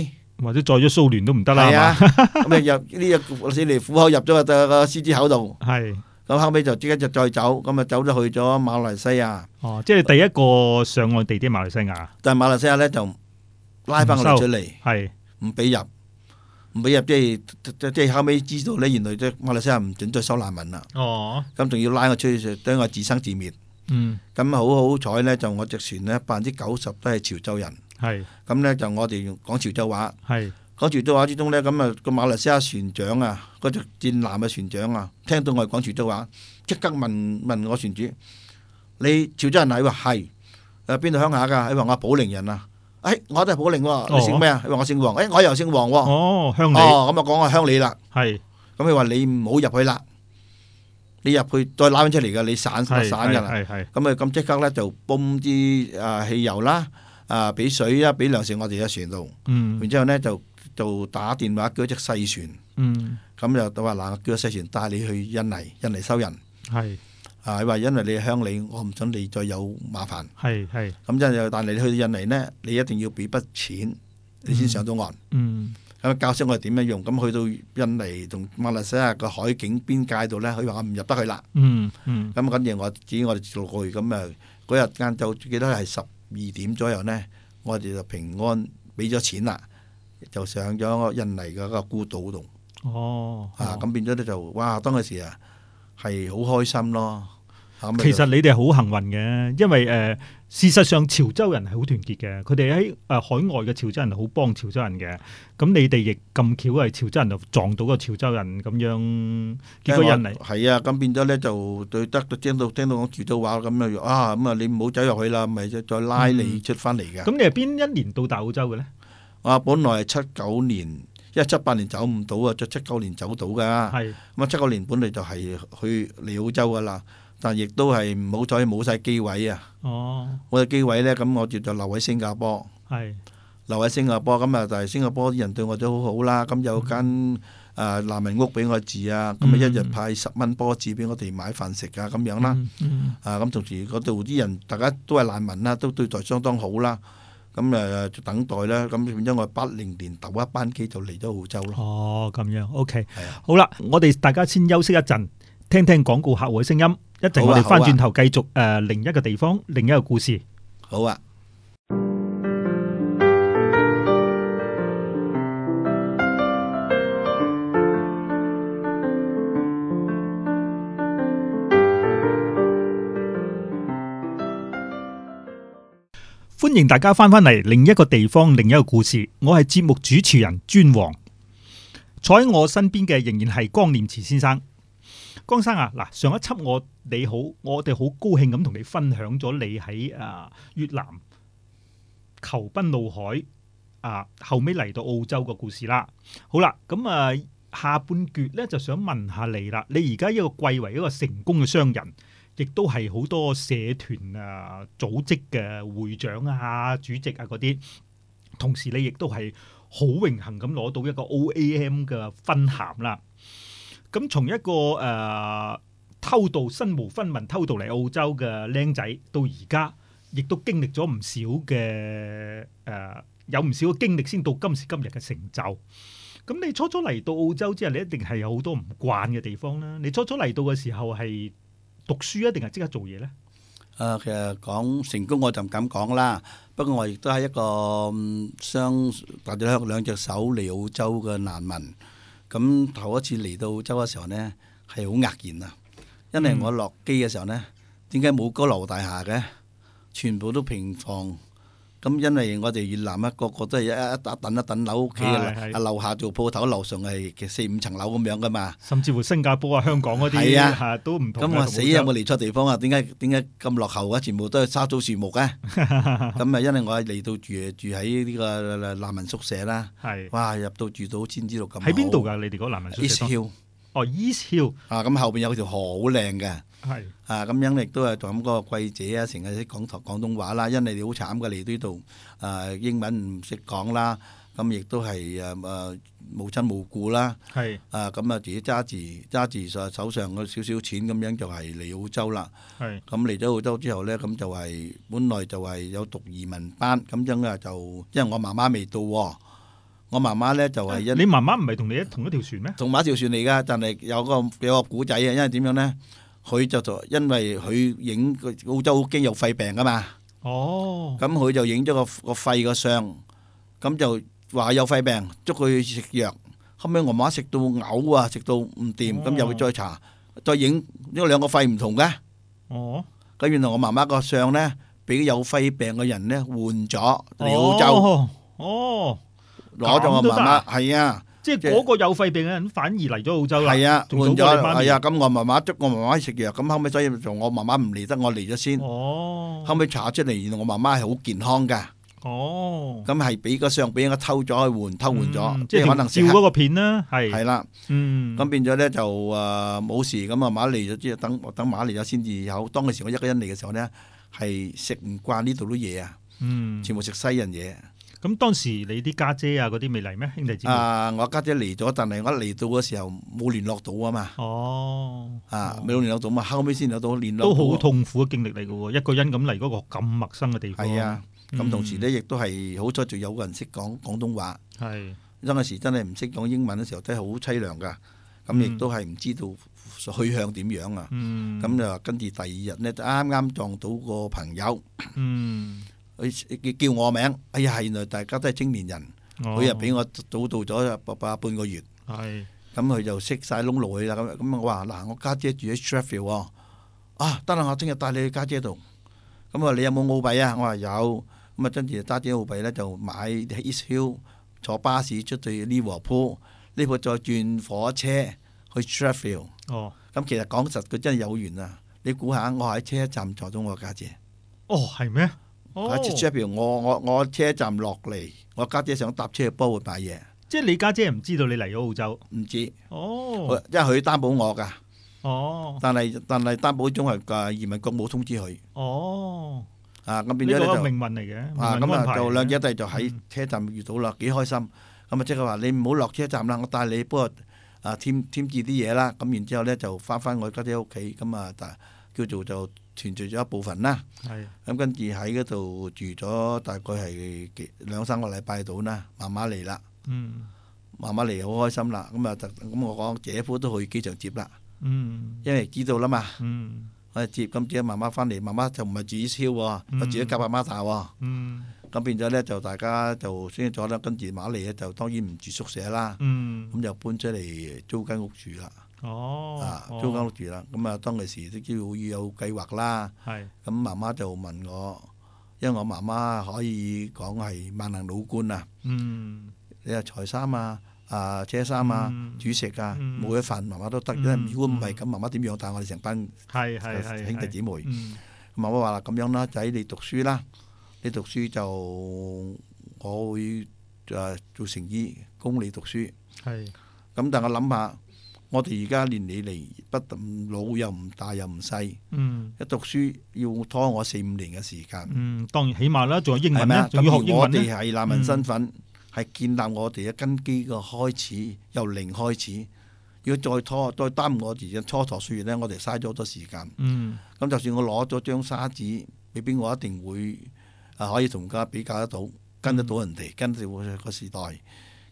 或者再咗蘇聯都唔得啦，係啊！係咁你入呢只死嚟虎口入咗個個獅子口度，嘛係。 [laughs] 咁後尾就即刻就再走，咁啊走咗去咗馬來西亞。哦，即係第一個上岸地點馬來西亞，但係馬來西亞咧就拉翻我哋出嚟，係唔俾入，唔俾入，即係即即係後尾知道咧，原來即係馬來西亞唔準再收難民啦，哦，咁仲要拉我出去，等我自生自滅。嗯，咁好好彩咧，就我隻船咧百分之九十都係潮州人，係咁咧就我哋講潮州話，係。講潮州話之中咧，咁啊個馬來西亞船長啊，嗰隻戰艦嘅船長啊，聽到我哋講潮州話，即刻問問我船主：你潮州人啊？佢話係，誒邊度鄉下㗎？佢話我係寶靈人啊，誒、我都係寶靈喎，你姓咩啊？佢話我姓黃，誒、我又姓黃喎，哦哦，鄉里咁啊講我鄉里啦，係咁佢話你唔好入去啦，你入去再拉翻出嚟㗎，你散散係㗎啦。係係咁啊，咁即刻咧就泵啲啊汽油啦，啊俾水啦，俾糧食我哋嘅船度，嗯然之後咧就就打電話叫一隻細船，嗯咁就話嗱，叫隻細船帶你去印尼，印尼收人。係啊！佢話因為你係鄉里，我唔想你再有麻煩，係係咁即係但係你去到印尼呢，你一定要俾筆錢，你先上到岸。嗯咁啊教識我哋點樣用。咁去到印尼同馬來西亞個海境邊界度呢，佢話我啊唔入得去啦。嗯嗯咁啊跟住我指我哋落去，咁啊嗰日晏晝記得係十二點左右呢，我哋就平安俾咗錢啦，就上咗印尼嘅個孤島度哦啊，咁變咗咧就哇，當嗰時啊係好開心咯。啊咁啊其實你哋好幸運嘅，因為誒、呃事實上潮州人係好團結嘅，佢哋喺誒呃海外嘅潮州人好幫潮州人嘅。咁你哋亦咁巧係潮州人就撞到個潮州人咁樣，結果印尼係啊，咁變咗咧就對得到聽到聽到講潮州話咁啊，啊咁啊你唔好走入去啦，咪再再拉你出翻嚟嘅。嗯咁你係邊一年到達澳洲嘅咧？啊，本來係七九年。一七八年走唔到啊，就七九年走到噶。係咁啊，七九年本嚟就係去嚟澳洲噶啦，但亦都係唔好彩冇晒機位啊！哦，我嘅機位呢，咁我哋就留喺新加坡，係留喺新加坡咁啊，但係新加坡啲人對我都好好啦，咁有間誒難民屋俾我住啊，咁啊嗯一日派十蚊波子俾我哋買飯食啊咁樣啦，嗯嗯啊咁同時嗰度啲人大家都係難民啦，都對待相當好啦，咁誒就等待啦，咁變咗我八零年頭一班機就嚟咗澳洲咯，哦，咁樣 OK，係啊，好啦，我哋大家先休息一陣，聽聽廣告客戶嘅聲音。一陣好啊我哋翻好啊轉頭繼續誒、呃另一個地方，另一個故事。好啊。欢迎收听《都市亚澳洲中文广播电台》，另一个地方，另一个故事。歡迎大家翻返嚟另一個地方，另一個故事。我係節目主持人尊王，坐喺我身邊嘅仍然係江念慈先生。江生啊，嗱，上一輯我你好，我哋好高興咁同你分享咗你喺啊越南求奔怒海啊，後尾嚟到澳洲個故事啦。好啦，咁啊下半橛咧就想問下你啦，你而家一個貴為一個成功嘅商人。亦都係好多社團啊、組織嘅會長啊、主席啊嗰啲。同時你亦都係好榮幸咁攞到一個 OAM 嘅勳銜啦。咁從一個誒、呃偷渡身無分文偷渡嚟澳洲嘅僆仔，到而家亦都經歷咗唔少嘅誒、呃有唔少嘅經歷先到今時今日嘅成就。咁你初初嚟到澳洲之後，你一定係有好多唔慣嘅地方啦。你初初嚟到嘅時候係讀書啊，定係即刻做嘢咧？啊，其實講成功我就唔敢講啦。不過我亦都係一個嗯雙帶咗兩兩隻手嚟澳洲嘅難民。咁頭一次嚟到澳洲嘅時候呢，係好愕然啊！因為嗯我落機嘅時候呢，點解冇高樓大廈嘅？全部都平房。咁因為我哋越南啊，個個都係一一一等一等樓屋企係係啊，樓下做鋪頭，樓上係其實四五層樓咁樣噶嘛。甚至乎新加坡啊、香港嗰啲係啊嚇都唔同咁嘅。我同死澳洲啊！我嚟錯地方啊！點解點解咁落後啊？全部都係沙 [laughs] 草樹木嘅。咁啊，因為我係嚟到住住喺呢個難民宿舍啦。係哇！入到住到先知道咁喺邊度㗎㗎？你哋嗰南民宿？East 舍當 Hill 哦，East Hill 啊！咁後邊有條河好靚嘅。係啊，咁樣亦都係同咁個貴姐啊，成日識講台廣東話啦，因為你好慘嘅嚟呢度，啊英文唔識講啦，咁亦都係誒誒無親無故啦，係啊咁啊自己揸住揸住手手上嗰少少錢咁樣就係嚟澳洲啦。係咁嚟咗澳洲之後呢，咁就係本來就係有讀移民班，咁樣啊就因為我媽媽未到喎，我媽媽呢就係因啊你媽媽唔係同你一同一條船咩？同馬兆船嚟噶，但係有個有個古仔啊，因為點樣呢？佢就就因為佢影個澳洲經有肺病噶嘛，哦，咁佢就影咗個個肺個相，咁就話有肺病，捉佢去食藥。後尾我媽食到嘔啊，食到唔掂，咁又哦去再查，再影，因為兩個肺唔同嘅。哦，咁原來我媽媽個相呢，俾有肺病嘅人呢換咗嚟澳洲，哦哦，攞咗我咁都得媽媽啊係啊。即係即係嗰個有肺病嘅人反而嚟咗澳洲啦。係啊，換仲早咗過你媽咪係啊，咁我媽媽捉我媽媽食藥，咁後尾所以就我媽媽唔嚟得，我嚟咗先。哦，後尾查出嚟，原來我媽媽係好健康㗎，哦，咁係俾個相俾我偷咗去換，偷換咗，嗯即係可能食照嗰個片啦，係係啦。嗯咁變咗咧就誒冇事，咁啊媽嚟咗之後，等等媽嚟咗先至有。當其時我一個人嚟嘅時候咧，係食唔慣呢度啲嘢啊，嗯，全部食西人嘢。咁當時你啲家姐啊嗰啲未嚟咩？兄弟姊妹？啊，我家姐嚟咗，但係我嚟到嘅時候冇聯絡到啊嘛，哦，啊哦冇聯絡到嘛，後尾先有到聯絡到都好喎。痛苦嘅經歷嚟嘅喎，一個人咁嚟嗰個咁陌生嘅地方。係啊，咁嗯同時呢，亦都係好彩，仲有個人識講廣東話。係有陣時真係唔識講英文嘅時候，真係好凄涼噶。咁亦都係唔知道去向點樣啊。嗯咁就跟住第二日呢，就啱啱撞到個朋友，嗯，佢叫我名。哎呀，原來大家都係青年人，哦佢又俾我早到咗半半個月。係咁佢就識晒窿路去啦。咁咁我話嗱，我家姐住喺 Sheffield 喎，啊得啦，我聽日帶你去家姐度。咁我話你有冇澳幣啊？我話有。咁啊，跟住揸啲澳幣咧就買喺 East Hill 坐巴士出去 Liverpool，呢個再轉火車去 Sheffield。哦咁其實講實，佢真係有緣啊！你估下，我喺車站坐到我家姐哦係咩？哦喺，Sheffield，我我我車站落嚟，我家姐想搭車去波會買嘢，即係你家姐唔知道你嚟咗澳洲。唔知，哦佢因為佢擔保我㗎。哦但係但係擔保中係嘅移民局冇通知佢哦，啊，咁呢變咗個咧係就命運嚟嘅，啊命咁運安啊排嗯就嚟兩嘅姐弟就喺車站遇到啦，幾開心。咁啊即係話你唔好落車站啦，我帶你不過啊添添置啲嘢啦。咁然之後咧就翻翻我家姐屋企，咁啊但叫做就團聚咗一部分啦。係咁跟住喺嗰度住咗大概係幾兩三個禮拜到啦，媽媽嚟啦，嗯媽媽嚟好開心啦。咁啊就咁我講姐夫都去機場接啦，嗯因為知道啦嘛。嗯我哎接咁接媽媽翻嚟，媽媽就唔係住 East Hill 喎，嗯佢住喺夾阿媽大喎。嗯咁變咗咧就大家就先咗啦，跟住馬嚟咧就當然唔住宿舍啦，嗯咁就搬出嚟租間屋住啦。哦啊，，租間哦屋住啦。咁啊，當其時都要有計劃啦。係咁媽媽就問我，因為我媽媽可以講係萬能老倌啊，嗯，你話裁衫啊、啊車衫啊、嗯煮食啊，嗯每一份媽媽都得，因嗯為如果唔係咁，媽媽點養大我哋成班係係係兄弟姊妹？嗯媽媽話啦，咁樣啦，仔你讀書啦，你讀書就我會誒、呃做成衣供你讀書。係咁但係我諗下，我哋而家年你嚟不但唔老又唔大又唔細，一嗯讀書要拖我四五年嘅時間，嗯，當然起碼啦，仲有英係文咪咧啊，？仲要學咁英而我文嗯哋咧，係難民身份，係、建立我哋嘅根基嘅開始，由零開始。如果再拖再耽誤我哋嘅蹉跎歲月呢，我哋嘥咗好多時間。嗯咁就算我攞咗張沙紙，未必我一定會啊可以同家比較得到，跟得到人嗯哋，跟得到個時代。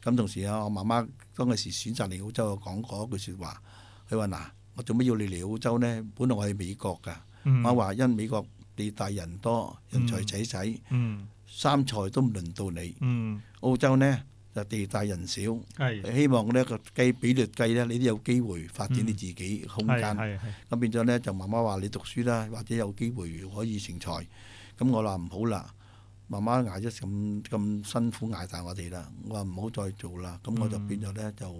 咁同時啊，我媽媽當嗰時選擇嚟澳洲，講過一句説話，佢話嗱，我做乜要你嚟澳洲呢？本來我係美國㗎，嗯，我話因美國地大人多，人才濟濟，嗯三才都唔輪到你。嗯澳洲呢，就地大人少，係希望呢個計比率計呢，你都有機會發展你自己空係間。係係咁變咗呢，就媽媽話你讀書啦，或者有機會可以成才。咁我話唔好啦，媽媽捱咗咁咁辛苦捱大我哋啦，我話唔好再做啦。咁我就嗯變咗呢，就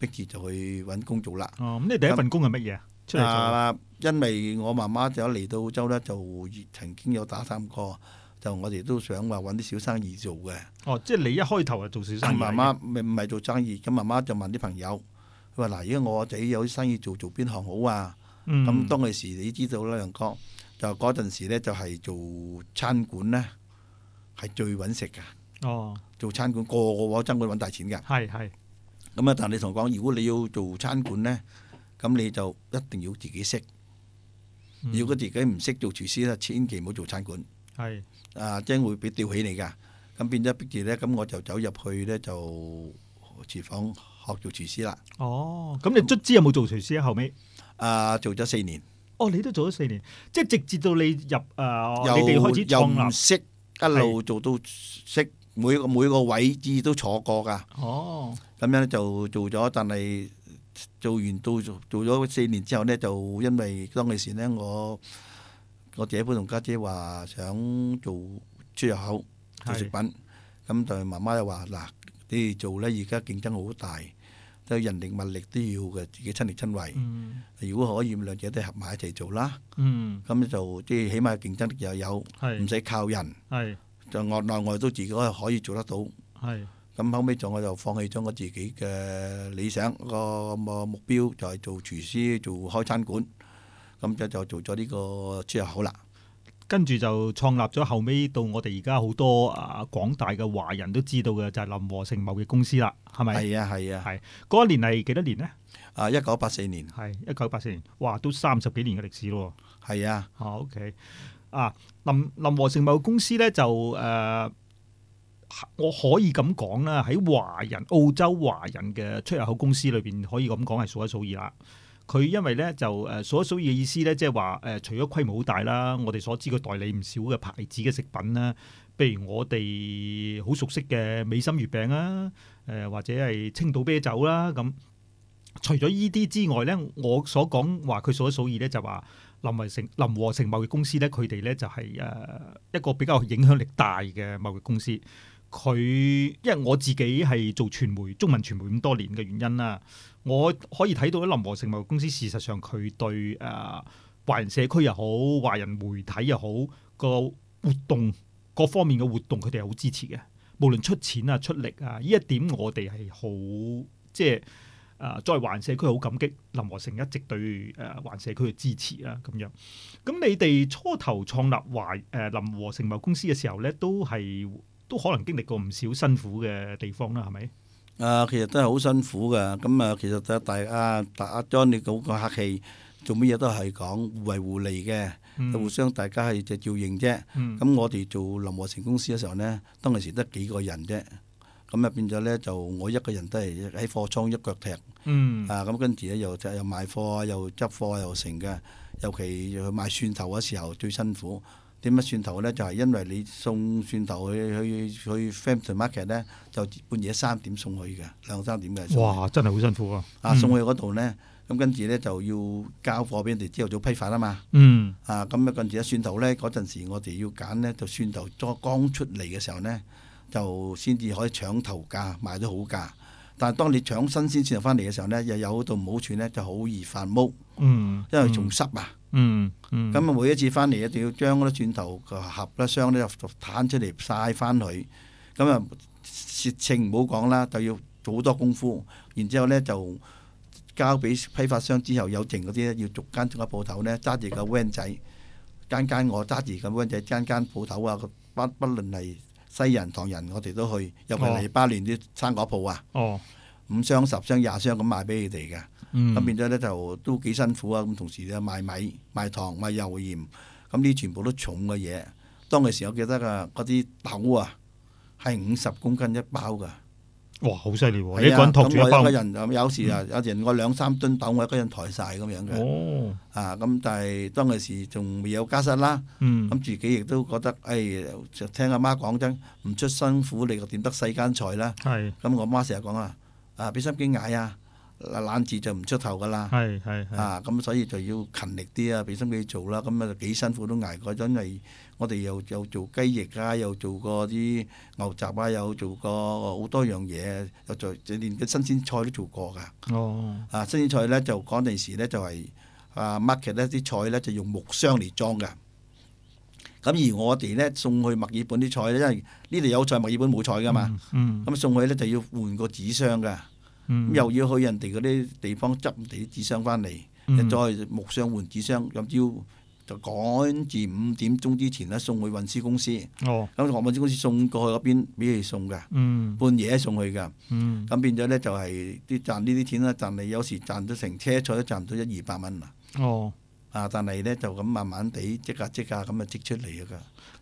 逼住就去揾工做啦。哦，咁你第一份工係乜嘢啊？出嚟做啊，因為我媽媽就嚟到澳洲呢，就曾經有打探過，就我哋都想話揾啲小生意做嘅。哦，即係你一開頭就做小生意嚟嘅，媽媽咪唔係做生意，咁媽媽就問啲朋友，佢話嗱，而家我仔有啲生意做，做邊行好啊？嗯咁當其時你知道啦，梁哥就嗰陣時咧就係做餐館咧係最揾食㗎，哦做餐館個個喎餐館揾大錢㗎。係係咁啊，但你同我講，如果你要做餐館咧，咁你就一定要自己識。嗯如果自己唔識做廚師咧，千祈唔好做餐館，係啊，將會俾吊起你㗎。咁變咗逼住咧，咁我就走入去咧就廚房學做廚師啦。哦，咁你卒之有冇做廚師啊？後尾？啊，做咗四年，哦，你都做咗四年，即係直至到你入誒、呃又你哋開始又創唔立。識，一路做到識，每個每個位置都坐過㗎。哦，咁樣咧就做咗，但係做完到做做咗四年之後呢，就因為當其時呢，我我姐夫同家姐話想做出入口做食係品，咁但係媽媽又話嗱，你哋做呢，而家競爭好大，都人力物力都要嘅，自己親力親為。嗯如果可以，兩者都合埋一齊做啦，嗯，咁就即係起碼競爭力又有，唔係使靠人，係就外內外都自己可以做得到。係咁後尾就我就放棄咗我自己嘅理想個目標，就係做廚師，做開餐館。咁就就做咗呢個出入口啦。跟住就創立咗後尾到我哋而家好多啊廣大嘅華人都知道嘅就係林和成貿易公司啦，係咪？係啊係啊，係嗰一年係幾多年呢？啊一九八四年係一九八四年，哇，都三十幾年嘅歷史咯喎。係啊，啊，OK，啊，林林和成貿易公司咧就誒、呃我可以咁講啦，喺華人澳洲華人嘅出入口公司裏邊，可以咁講係數一數二啦。佢因為咧就誒數一數二嘅意思咧，即係話誒，除咗規模好大啦，我哋所知嘅代理唔少嘅牌子嘅食品啦，譬如我哋好熟悉嘅美心月餅啊，誒、或者係青島啤酒啦咁。除咗依啲之外咧，我所講話佢數一數二咧，就話林和成林和成貿易公司咧，佢哋咧就係、誒、一個比較影響力大嘅貿易公司。佢因為我自己係做傳媒中文傳媒咁多年嘅原因啦，我可以睇到林和成貿易公司事實上佢對誒、呃華人社區又好，華人媒體又好個活動各方面嘅活動，佢哋係好支持嘅。無論出錢啊、出力啊，呢一點我哋係好即係。誒啊作為環社區好感激林和成一直對誒環社區嘅支持啊，咁樣。咁你哋初頭創立華誒、林和成貿易公司嘅時候咧，都係都可能經歷過唔少辛苦嘅地方啦，係咪？啊其實都係好辛苦㗎。咁啊，其實就大家大阿 John 你好個客氣，做乜嘢都係講互惠互利嘅，互嗯相大家係就照應啫。嗯咁我哋做林和成公司嘅時候呢，當其時得幾個人啫，咁啊變咗呢，就我一個人都係喺貨倉一腳踢嗯啊，咁跟住呢，又又賣貨啊，又執貨又成嘅，尤其去賣蒜頭嘅時候最辛苦。點解蒜頭呢？就係、因為你送蒜頭去去去 Frampton Market 呢，就半夜三點送去嘅，兩三點嘅。送去！哇！真係好辛苦啊！啊，送去嗰度呢，咁、咁跟住咧就要交貨俾人哋，朝頭早批發啊嘛。嗯啊，咁啊嗰陣時一蒜頭咧，嗰陣時我哋要揀咧，就蒜頭剛剛出嚟嘅時候咧，就先至可以搶頭價賣到好價。但係當你搶新鮮蒜頭翻嚟嘅時候咧，又有到唔好處咧，就好易發毛，嗯，因為仲濕啊。嗯嗯咁啊、每一次翻嚟一定要將嗰啲蒜頭個盒啦、箱咧就攤出嚟晒翻佢。咁啊，蝕情唔好講啦，就要做好多功夫。然之後咧就交俾批發商之後，有剩嗰啲咧要逐間逐間鋪頭咧揸住個 van 仔，間間我揸住個 van 仔，間間鋪頭啊，不不論係西人、唐人，我哋都去，尤其哦黎巴嫩啲生果鋪啊，哦，五箱、十箱、廿箱咁賣俾佢哋嘅。嗯咁變咗咧就都幾辛苦啊！咁同時咧賣米、賣糖、賣油鹽，咁呢全部都重嘅嘢。當其時我記得啊，嗰啲豆啊係五十公斤一包㗎。哇，好犀利係啊喎！你一個人托住咁我一包一個，人咁有時啊，有人我兩三噸豆，我一個人抬晒咁樣嘅。哦，啊，咁但係當其時仲未有家室啦，嗯咁自己亦都覺得，誒就聽阿媽講真，唔出辛苦你又點得世間財啦？係咁我媽成日講啊，啊俾心機捱啊，懶字就唔出頭㗎啦。係係係，啊，咁所以就要勤力啲啊，俾心機做啦。咁啊幾辛苦都捱過，因為我哋又又做雞翼啊，又做過啲牛雜啊，又做過好多樣嘢，又做連嘅新鮮菜都做過㗎。哦，啊，新鮮菜咧就嗰陣時咧就係、啊 market 咧啲菜咧就用木箱嚟裝㗎。咁而我哋咧送去墨爾本啲菜咧，因為呢度有菜，墨爾本冇菜㗎嘛，嗯，咁、啊送去咧就要換個紙箱㗎。嗯咁又要去人哋嗰啲地方執人哋啲紙箱翻嚟，嗯又再木箱換紙箱，咁朝就趕住五點鐘之前咧送去運輸公司，咁哦，航運輸公司送過去嗰邊俾佢送㗎，嗯半夜送去㗎，嗯，咁變咗咧就係啲賺呢啲錢啦，賺你有時賺到成車菜都賺唔到一二百蚊啦，哦，啊！但係咧就咁慢慢地積下積下咁啊積出嚟㗎。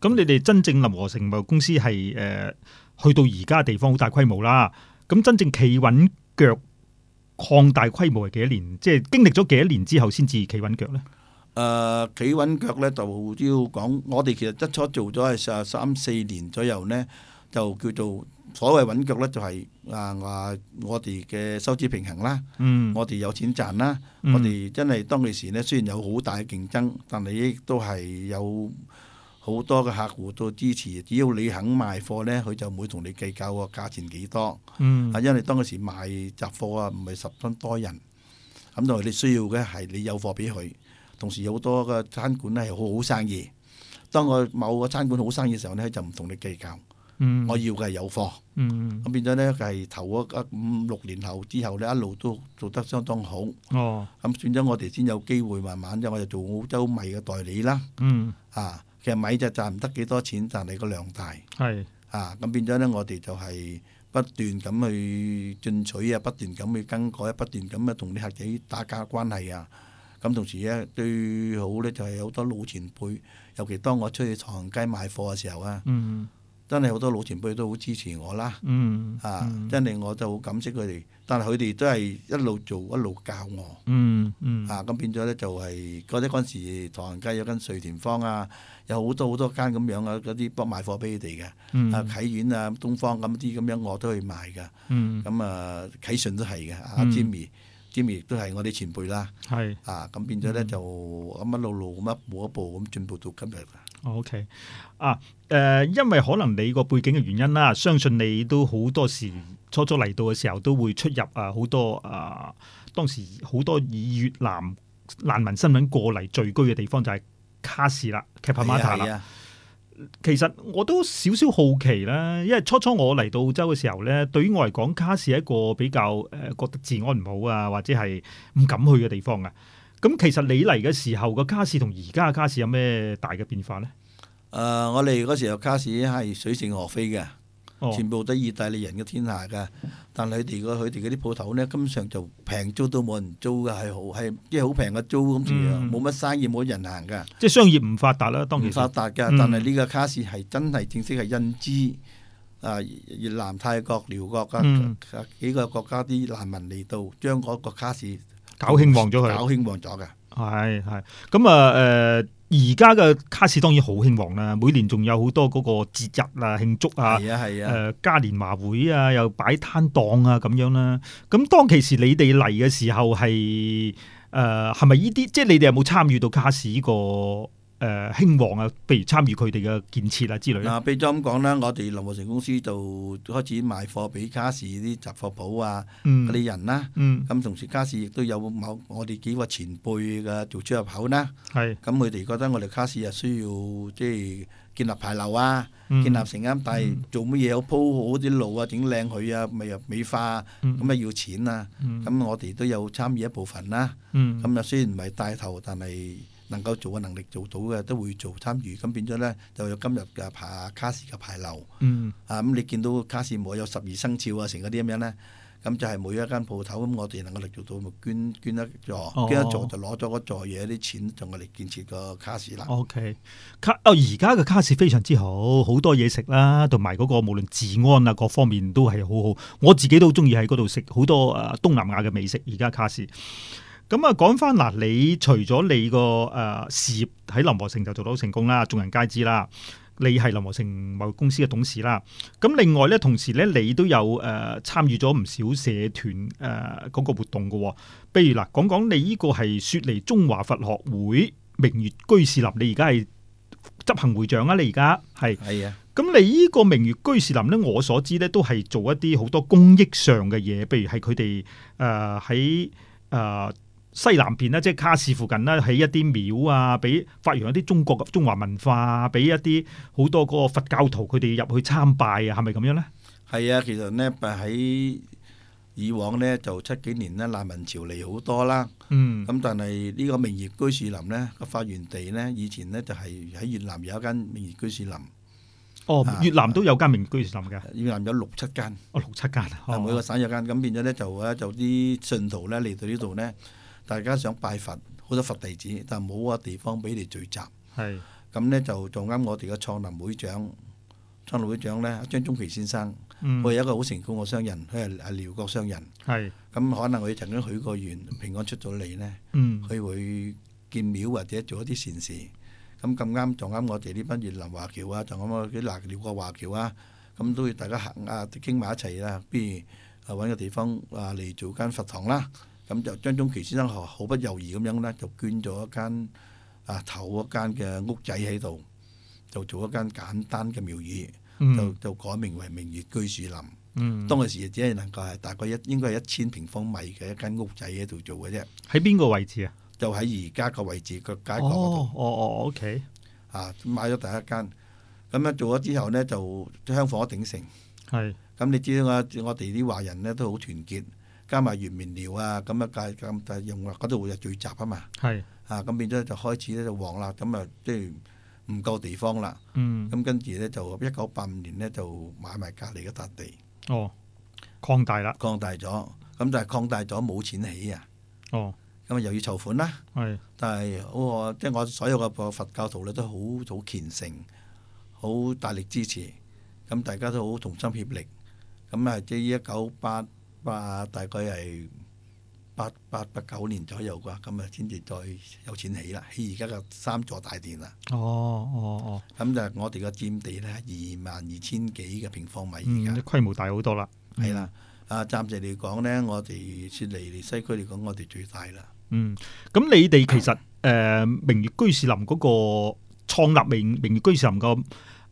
咁你哋真正林和成貿易公司係誒、呃去到而家地方好大規模啦，咁真正企穩腳擴大規模係幾多年？即係經歷咗幾多年之後先至企穩腳咧？誒啊企穩腳咧，就要講我哋其實一初做咗係三四年左右呢，就叫做所謂穩腳咧，就係啊話我哋嘅收支平衡啦，嗯，我哋有錢賺啦，嗯我哋真係當其時呢，雖然有好大嘅競爭，但係亦都係有好多嘅客戶都支持，只要你肯賣貨呢，佢就唔會同你計較個價錢幾多。嗯啊，因為當嗰時賣雜貨啊，唔係十分多人，咁同埋你需要嘅係你有貨俾佢，同時有好多嘅餐館咧係好好生意。當我某個餐館好生意嘅時候咧，佢就唔同你計較，嗯我要嘅係有貨，嗯咁變咗咧係頭嗰五六年後之後咧，一路都做得相當好，哦咁變咗我哋先有機會慢慢，因為我就做澳洲米嘅代理啦，嗯啊，其實米就賺唔得幾多錢，但係個量大。係啊，咁變咗咧，我哋就係不斷咁去進取啊，不斷咁去更改，不斷咁啊同啲客仔打架關係啊。咁同時咧，最好咧就係有好多老前輩，尤其當我出去唐人街賣貨嘅時候啊，嗯真係好多老前輩都好支持我啦。嗯啊，真係我就好感激佢哋，但係佢哋都係一路做一路教我。嗯嗯啊，咁變咗咧就係嗰啲嗰陣時，唐人街有間瑞田坊啊，有好多好多間咁樣啊，嗰啲幫賣貨俾佢哋嘅，嗯啊啟苑啊、東方咁啲咁樣我都去賣嘅，嗯咁啊啟順都係嘅，阿嗯 Jimmy，Jimmy 亦都係我哋前輩啦，係啊咁變嗯咗咧就咁一路路咁一步一步咁進步到今日。 OK 啊誒、因為可能你個背景嘅原因啦，相信你都好多時初初嚟到嘅時候都會出入啊好多啊，當時好多以越南難民身份過嚟聚居嘅地方就係卡士啦、劇帕馬塔啦係。啊，其實我都少少好奇啦，因為初初我嚟到澳洲嘅時候咧，對於我嚟講，卡士係一個比較誒、呃、覺得治安唔好啊，或者係唔敢去嘅地方啊。咁其實你嚟嘅時候個卡士同而家嘅卡士有咩大嘅變化咧？誒、我哋嗰時候卡士係水性河飛嘅。哦，全部都意大利人嘅天下㗎。但係佢哋個佢哋嗰啲鋪頭呢，根本上就平租都冇人租㗎，係好係即係好平嘅租咁住啊，嗯冇乜生意冇人行㗎，即係商業唔發達啦，當唔其時發。達㗎。嗯但係呢個卡士係真係正式係印支啊，越南、泰國、寮國啊嗯啊幾個國家啲難民嚟到，將嗰個卡士搞興旺咗佢啊搞興旺咗㗎。係係咁啊誒。而家嘅卡士當然好興旺啦，每年仲有好多嗰個節日啊、慶祝啊，係啊誒、係啊，嘉年華會啊，又擺攤檔啊咁樣啦。咁當其時你哋嚟嘅時候係誒係咪呢啲？即係你哋有冇參與到卡士呢個誒興旺啊？譬如參與佢哋嘅建設啊之類咧。嗱，譬如咁講啦，我哋林和成公司就開始賣貨俾卡士啲雜貨鋪啊嗯嗰啲人啦。嗯咁同時卡士亦都有某我哋幾個前輩嘅做出入口啦。係咁佢哋覺得我哋卡士啊需要即係建立牌樓啊，嗯建立成間，但係做乜嘢好鋪好啲路啊，整靚佢啊，咪又美化啊，嗯咁啊要錢啊。嗯咁我哋都有參與一部分啦。嗯咁啊，雖然唔係帶頭，但係能夠做嘅能力做到嘅都會做參與，咁變咗呢，就有今日嘅排卡士嘅牌樓嗯啊！咁你見到卡士冇有十二生肖啊，成嗰啲咁樣呢，咁就係每一間鋪頭咁，我哋能夠力做到咪捐捐一座，哦捐一座就攞咗嗰座嘢啲錢，就我哋建設個卡士啦。 OK 卡哦，而家嘅卡士非常之好，好多嘢食啦，同埋嗰個無論治安啊各方面都係好好。我自己都中意喺嗰度食好多誒東南亞嘅美食。而家卡士咁啊，講翻嗱，你除咗你個誒、呃事業喺林和成就做到成功啦，眾人皆知啦。你係林和成某公司嘅董事啦，咁另外咧，同時咧，你都有誒、呃、參與咗唔少社團誒嗰個活動嘅喎、譬如嗱，講講你呢個係雪梨中華佛學會明月居士林，你而家係執行會長啊，你而家係係啊，咁，你呢個明月居士林咧，我所知咧都係做一啲好多公益上嘅嘢，譬如係佢哋誒喺誒西南邊啊啦，即係卡士附近啦，起一啲廟啊，俾發揚一啲中國嘅中華文化啊，俾一啲好多嗰個佛教徒佢哋入去參拜啊，係咪咁樣咧？係啊，其實呢，喺以往呢，就七幾年呢，難民潮嚟好多啦。嗯咁但係呢個明月居士林呢個發源地呢，以前呢就係喺越南有一間明月居士林，哦啊，越南都有間明月居士林嘅，越南有六七間，哦六七間啊，哦每個省有間，咁變咗呢，就咧就啲信徒呢嚟到呢度呢，大家想拜佛，好多佛弟子，但冇個地方俾你聚集，係咁呢，就撞啱我哋嘅創林會長，創林會長呢，張中奇先生，嗯佢係一個好成功嘅商人，佢係係遼國商人，係咁可能佢曾經許過願，平安出咗嚟呢。嗯佢會建廟或者做一啲善事。咁咁啱撞啱我哋呢班越南華僑啊，撞啱我啲嗱寮國華僑啊，咁都要大家行啊傾埋一齊啦。不如啊揾個地方啊嚟做間佛堂啦。咁就張宗奇先生毫毫不猶豫咁樣咧，就捐咗一間啊頭嗰間嘅屋仔喺度，就做一間簡單嘅廟宇，就嗯就改名為明月居士林。嗯，當其時只係能夠係大概一應該係一千平方米嘅一間屋仔喺度做嘅啫。喺邊個位置啊？就喺而家個位置個街角嗰度哦哦哦，OK，啊，買咗第一間。咁樣做咗之後呢，就香火鼎盛。係咁你知道我我哋啲華人呢都好團結，加埋原面寮啊，咁啊介咁就用嗰度會有聚集啊嘛。係啊，咁變咗就開始咧就旺啦，咁啊即係唔夠地方啦。嗯咁跟住呢，就一九八五年呢，就買埋隔離嗰笪地，哦，擴大啦，擴大咗。咁但係擴大咗冇錢起啊，哦咁啊又要籌款啦。係但係好我即係我所有嘅佛教徒咧都好好虔誠，好大力支持，咁大家都好同心協力，咁啊即係一九八八大概係八八八九年左右啩，咁啊先至再有錢起啦，起而家嘅三座大殿啦，哦哦哦，咁就係我哋嘅佔地咧二萬二千幾嘅平方米嗯，而家規模大好多啦，哎係啦，啊暫時嚟講咧，我哋雪梨西區嚟講，我哋最大啦。嗯，咁你哋其實誒明月居士林嗰個創立明明月居士林個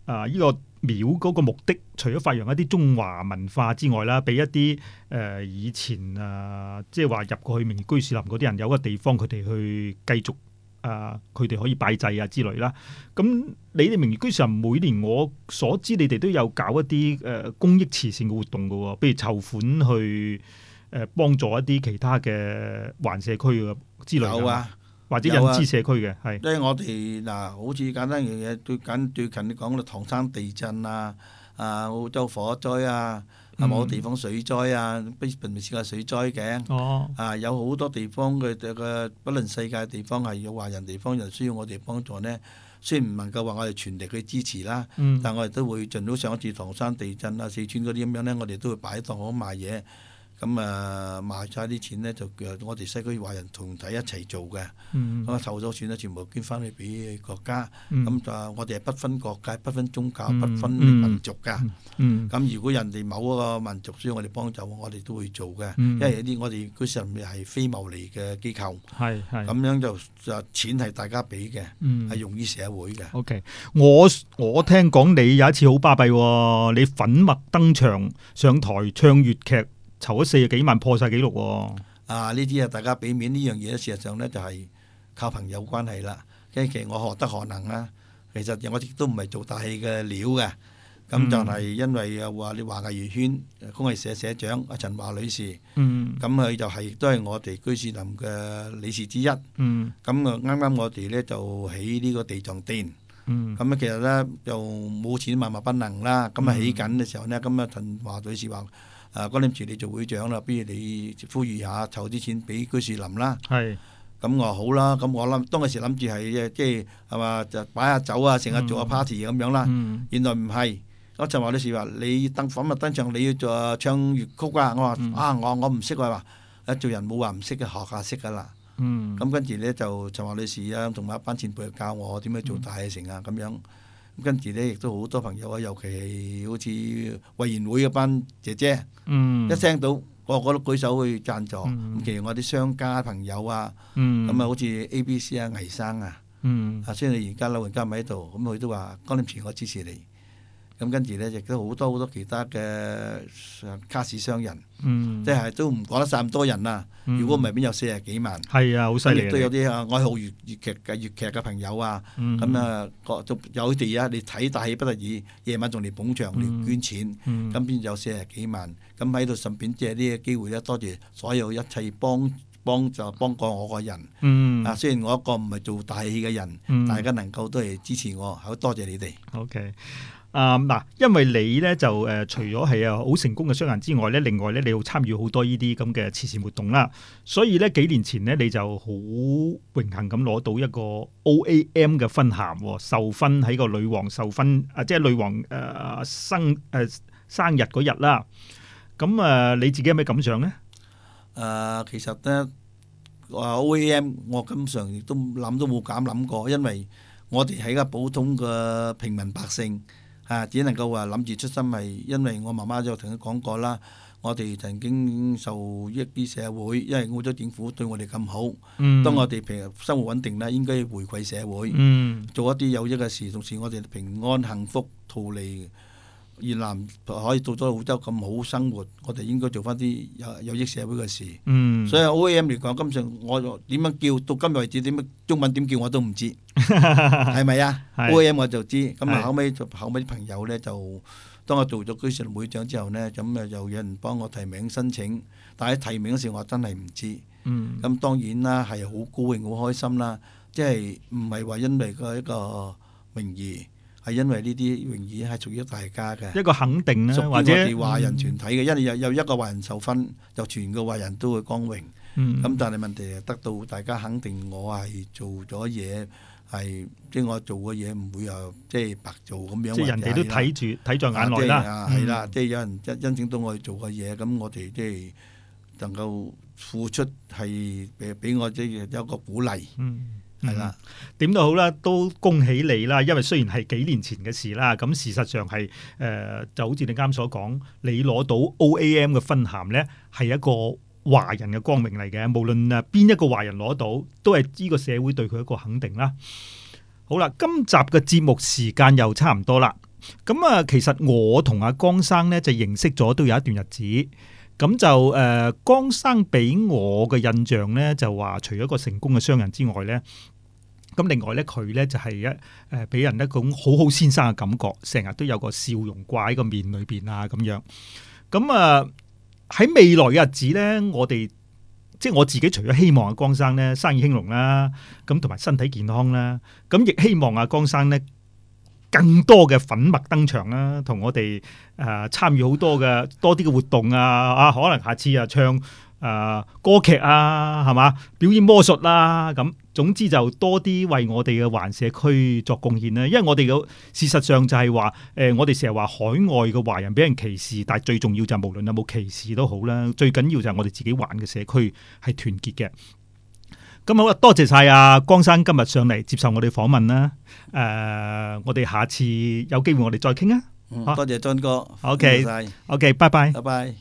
啊呢個廟嗰個目的，除咗發揚一啲中華文化之外啦，俾一啲誒以前啊，即係話入過去明月居士林嗰啲人有個地方，佢哋去繼續啊，佢哋可以拜祭啊之類啦。咁你哋明月居士林每年我所知，你哋都有搞一啲誒公益慈善嘅活動嘅喎，譬如籌款去。誒幫助一啲其他嘅環社區嘅之類嘅有啊。或者引支社區嘅，係即係我哋嗱，好似簡單樣嘢，最緊最近你講到唐山地震啊，啊澳洲火災啊，啊嗯某地方水災啊，不唔試過水災嘅，哦，啊有好多地方嘅嘅，不論世界地方係有華人地方人需要我哋幫助呢。雖然唔能夠話我哋全力去支持啦，嗯，但我哋都會盡到上一次唐山地震啊、四川嗰啲咁樣呢，我哋都會擺檔好賣嘢。咁啊賣晒啲錢咧就誒我哋西區華人團體一齊做嘅，嗯咁啊籌咗錢咧全部捐翻去俾國家，嗯咁就我哋係不分國界、不分宗教、嗯不分嗯民族㗎。嗯咁如果人哋某一個民族需要我哋幫手，我哋都會做嘅，嗯因為有啲我哋嗰時候係非牟利嘅機構，係係咁樣就就錢係大家俾嘅，嗯係用於社會嘅。 O、k 我我聽講你有一次好巴閉喎，你粉墨登場上台唱粵劇，籌咗四十幾萬破晒紀錄喎。啊，呢啲啊大家俾面呢樣嘢，事實上呢就係靠朋友關係啦。跟住其實我學得可能啦，其實我亦都唔係做大戲嘅料嘅。咁嗯就係因為啊話你華藝娛圈工藝社社長阿陳華女士，嗯咁佢就係亦都係我哋居士林嘅理事之一。咁啊嗯啱啱我哋呢就起呢個地藏殿。嗯咁啊，其實咧就冇錢萬萬不能啦。咁啊起緊嘅時候呢，咁啊陳華女士話：啊誒嗰陣時你做會長啦，不如你呼籲下籌啲錢俾居士林啦。係咁我話好啦，咁我諗當嗰時諗住係即係係嘛，就擺下酒啊，成日做下 party 咁樣啦。嗯原來唔係。我陳華女士話：你登粉墨登場，你要做唱粵曲啊！我話、嗯啊，我我唔識佢話，誒做人冇話唔識嘅，學下識噶啦。嗯咁跟住咧就陳華女士啊，同埋一班前輩教我點樣做大嘅成嗯啊咁樣。咁跟住咧，亦都好多朋友啊，尤其係好似委員會嗰班姐姐，嗯一聽到個個都舉手去贊助。咁、其實我啲商家朋友啊，嗯咁啊、好似 A、B、C 啊、倪生啊，嗯啊雖然你而家老人家唔喺度，咁佢都話江念慈我支持你。咁跟住咧，亦都好多好多其他嘅卡士商人，嗯即係都唔講得晒咁多人啦。嗯如果唔係，邊有四十幾萬？係啊，好犀亦都利有啊。啲啊愛好粵粵劇嘅粵劇嘅朋友啊，嗯咁啊各都有啲啊，你睇大戲不得已，夜晚仲嚟捧場嗯嚟捐錢，嗯咁邊有四十幾萬，咁喺度順便借呢個機會咧，多謝所有一切幫幫就幫過我個人。嗯啊，雖然我一個唔係做大戲嘅人，嗯大家能夠都係支持我，好多謝你哋。 OK。啊嗱，因為你咧就誒、呃除咗係啊好成功嘅商人之外咧，另外咧你要參與好多呢啲咁嘅慈善活動啦，所以咧幾年前咧你就好榮幸咁攞到一個 OAM 嘅勳銜喎，授勳喺個女王授勳啊，即係女王誒、呃生誒、呃生日嗰日啦。咁誒、呃你自己有咩感想咧？誒、其實呢啊 OAM 我經常亦都諗都冇減諗過，因為我哋係一個普通嘅平民百姓啊，只能夠話諗住出身係，因為我媽媽就同佢講過啦，我哋曾經受益於社會，因為澳洲政府對我哋咁好，嗯當我哋平日生活穩定啦，應該回饋社會。嗯做一啲有益嘅事，同時我哋平安幸福逃離越南，可以到咗澳洲咁好生活，我哋應該做翻啲有有益社會嘅事。嗯，所以 OAM 嚟講，今上我點樣叫到今日為止點樣中文點叫我都 [laughs] 唔知，係咪啊係？OAM 我就知，咁啊係後尾就後尾啲朋友呢，就當我做咗居士會長之後呢，咁啊又有人幫我提名申請，但係提名嗰時我真係唔知。嗯咁當然啦，係好高興、好開心啦。即係唔係話因為個一個榮譽，係因為呢啲榮譽係屬於大家嘅，一個肯定啦，屬於或我者哋華人團體嘅。因為有有一個華人受勳，就全個華人都會光榮。嗯咁但係問題係得到大家肯定，我係做咗嘢，係即係我做嘅嘢唔會啊，即係白做咁樣。即係人哋都或者係啦睇住睇在眼內啊啦，嗯即係啊係啦，即係有人欣欣賞到我哋做嘅嘢，咁我哋即係能夠付出係俾俾我即係有一個鼓勵，嗯，嗯係啦。點都好啦，都恭喜你啦！因為雖然係幾年前嘅事啦，咁事實上係誒、呃就好似你啱所講，你攞到 OAM 嘅分銜呢，係一個華人嘅光榮嚟嘅。無論啊邊一個華人攞到，都係呢個社會對佢一個肯定啦。好啦，今集嘅節目時間又差唔多啦。咁啊，其實我同阿江生呢，就認識咗都有一段日子。咁就誒、呃江生俾我嘅印象呢，就話除咗一個成功嘅商人之外呢。咁另外咧，佢咧就係一誒俾人一種好好先生嘅感覺，成日都有個笑容掛喺個面裏邊啊咁樣。咁啊喺未來嘅日子咧，我哋即係我自己除咗希望阿江生咧生意興隆啦，咁同埋身體健康啦，咁亦希望阿江生咧更多嘅粉墨登場啦，同我哋誒參與好多嘅多啲嘅活動啊啊，可能下次啊唱誒、呃歌劇啊，係嘛表演魔術啦、咁。總之就多啲為我哋嘅環社區作貢獻啦。因為我哋嘅事實上就係話，誒、呃我哋成日話海外嘅呃華人俾人歧視，但係最重要就係無論有冇歧視都好啦，最緊要就係我哋自己玩嘅社區係團結嘅。咁好啦，多謝晒阿江生今日上嚟接受我哋訪問啦。誒、我哋下次有機會我哋再傾啊。嗯好多謝莊哥，OK 多謝晒 OK，拜拜。拜拜。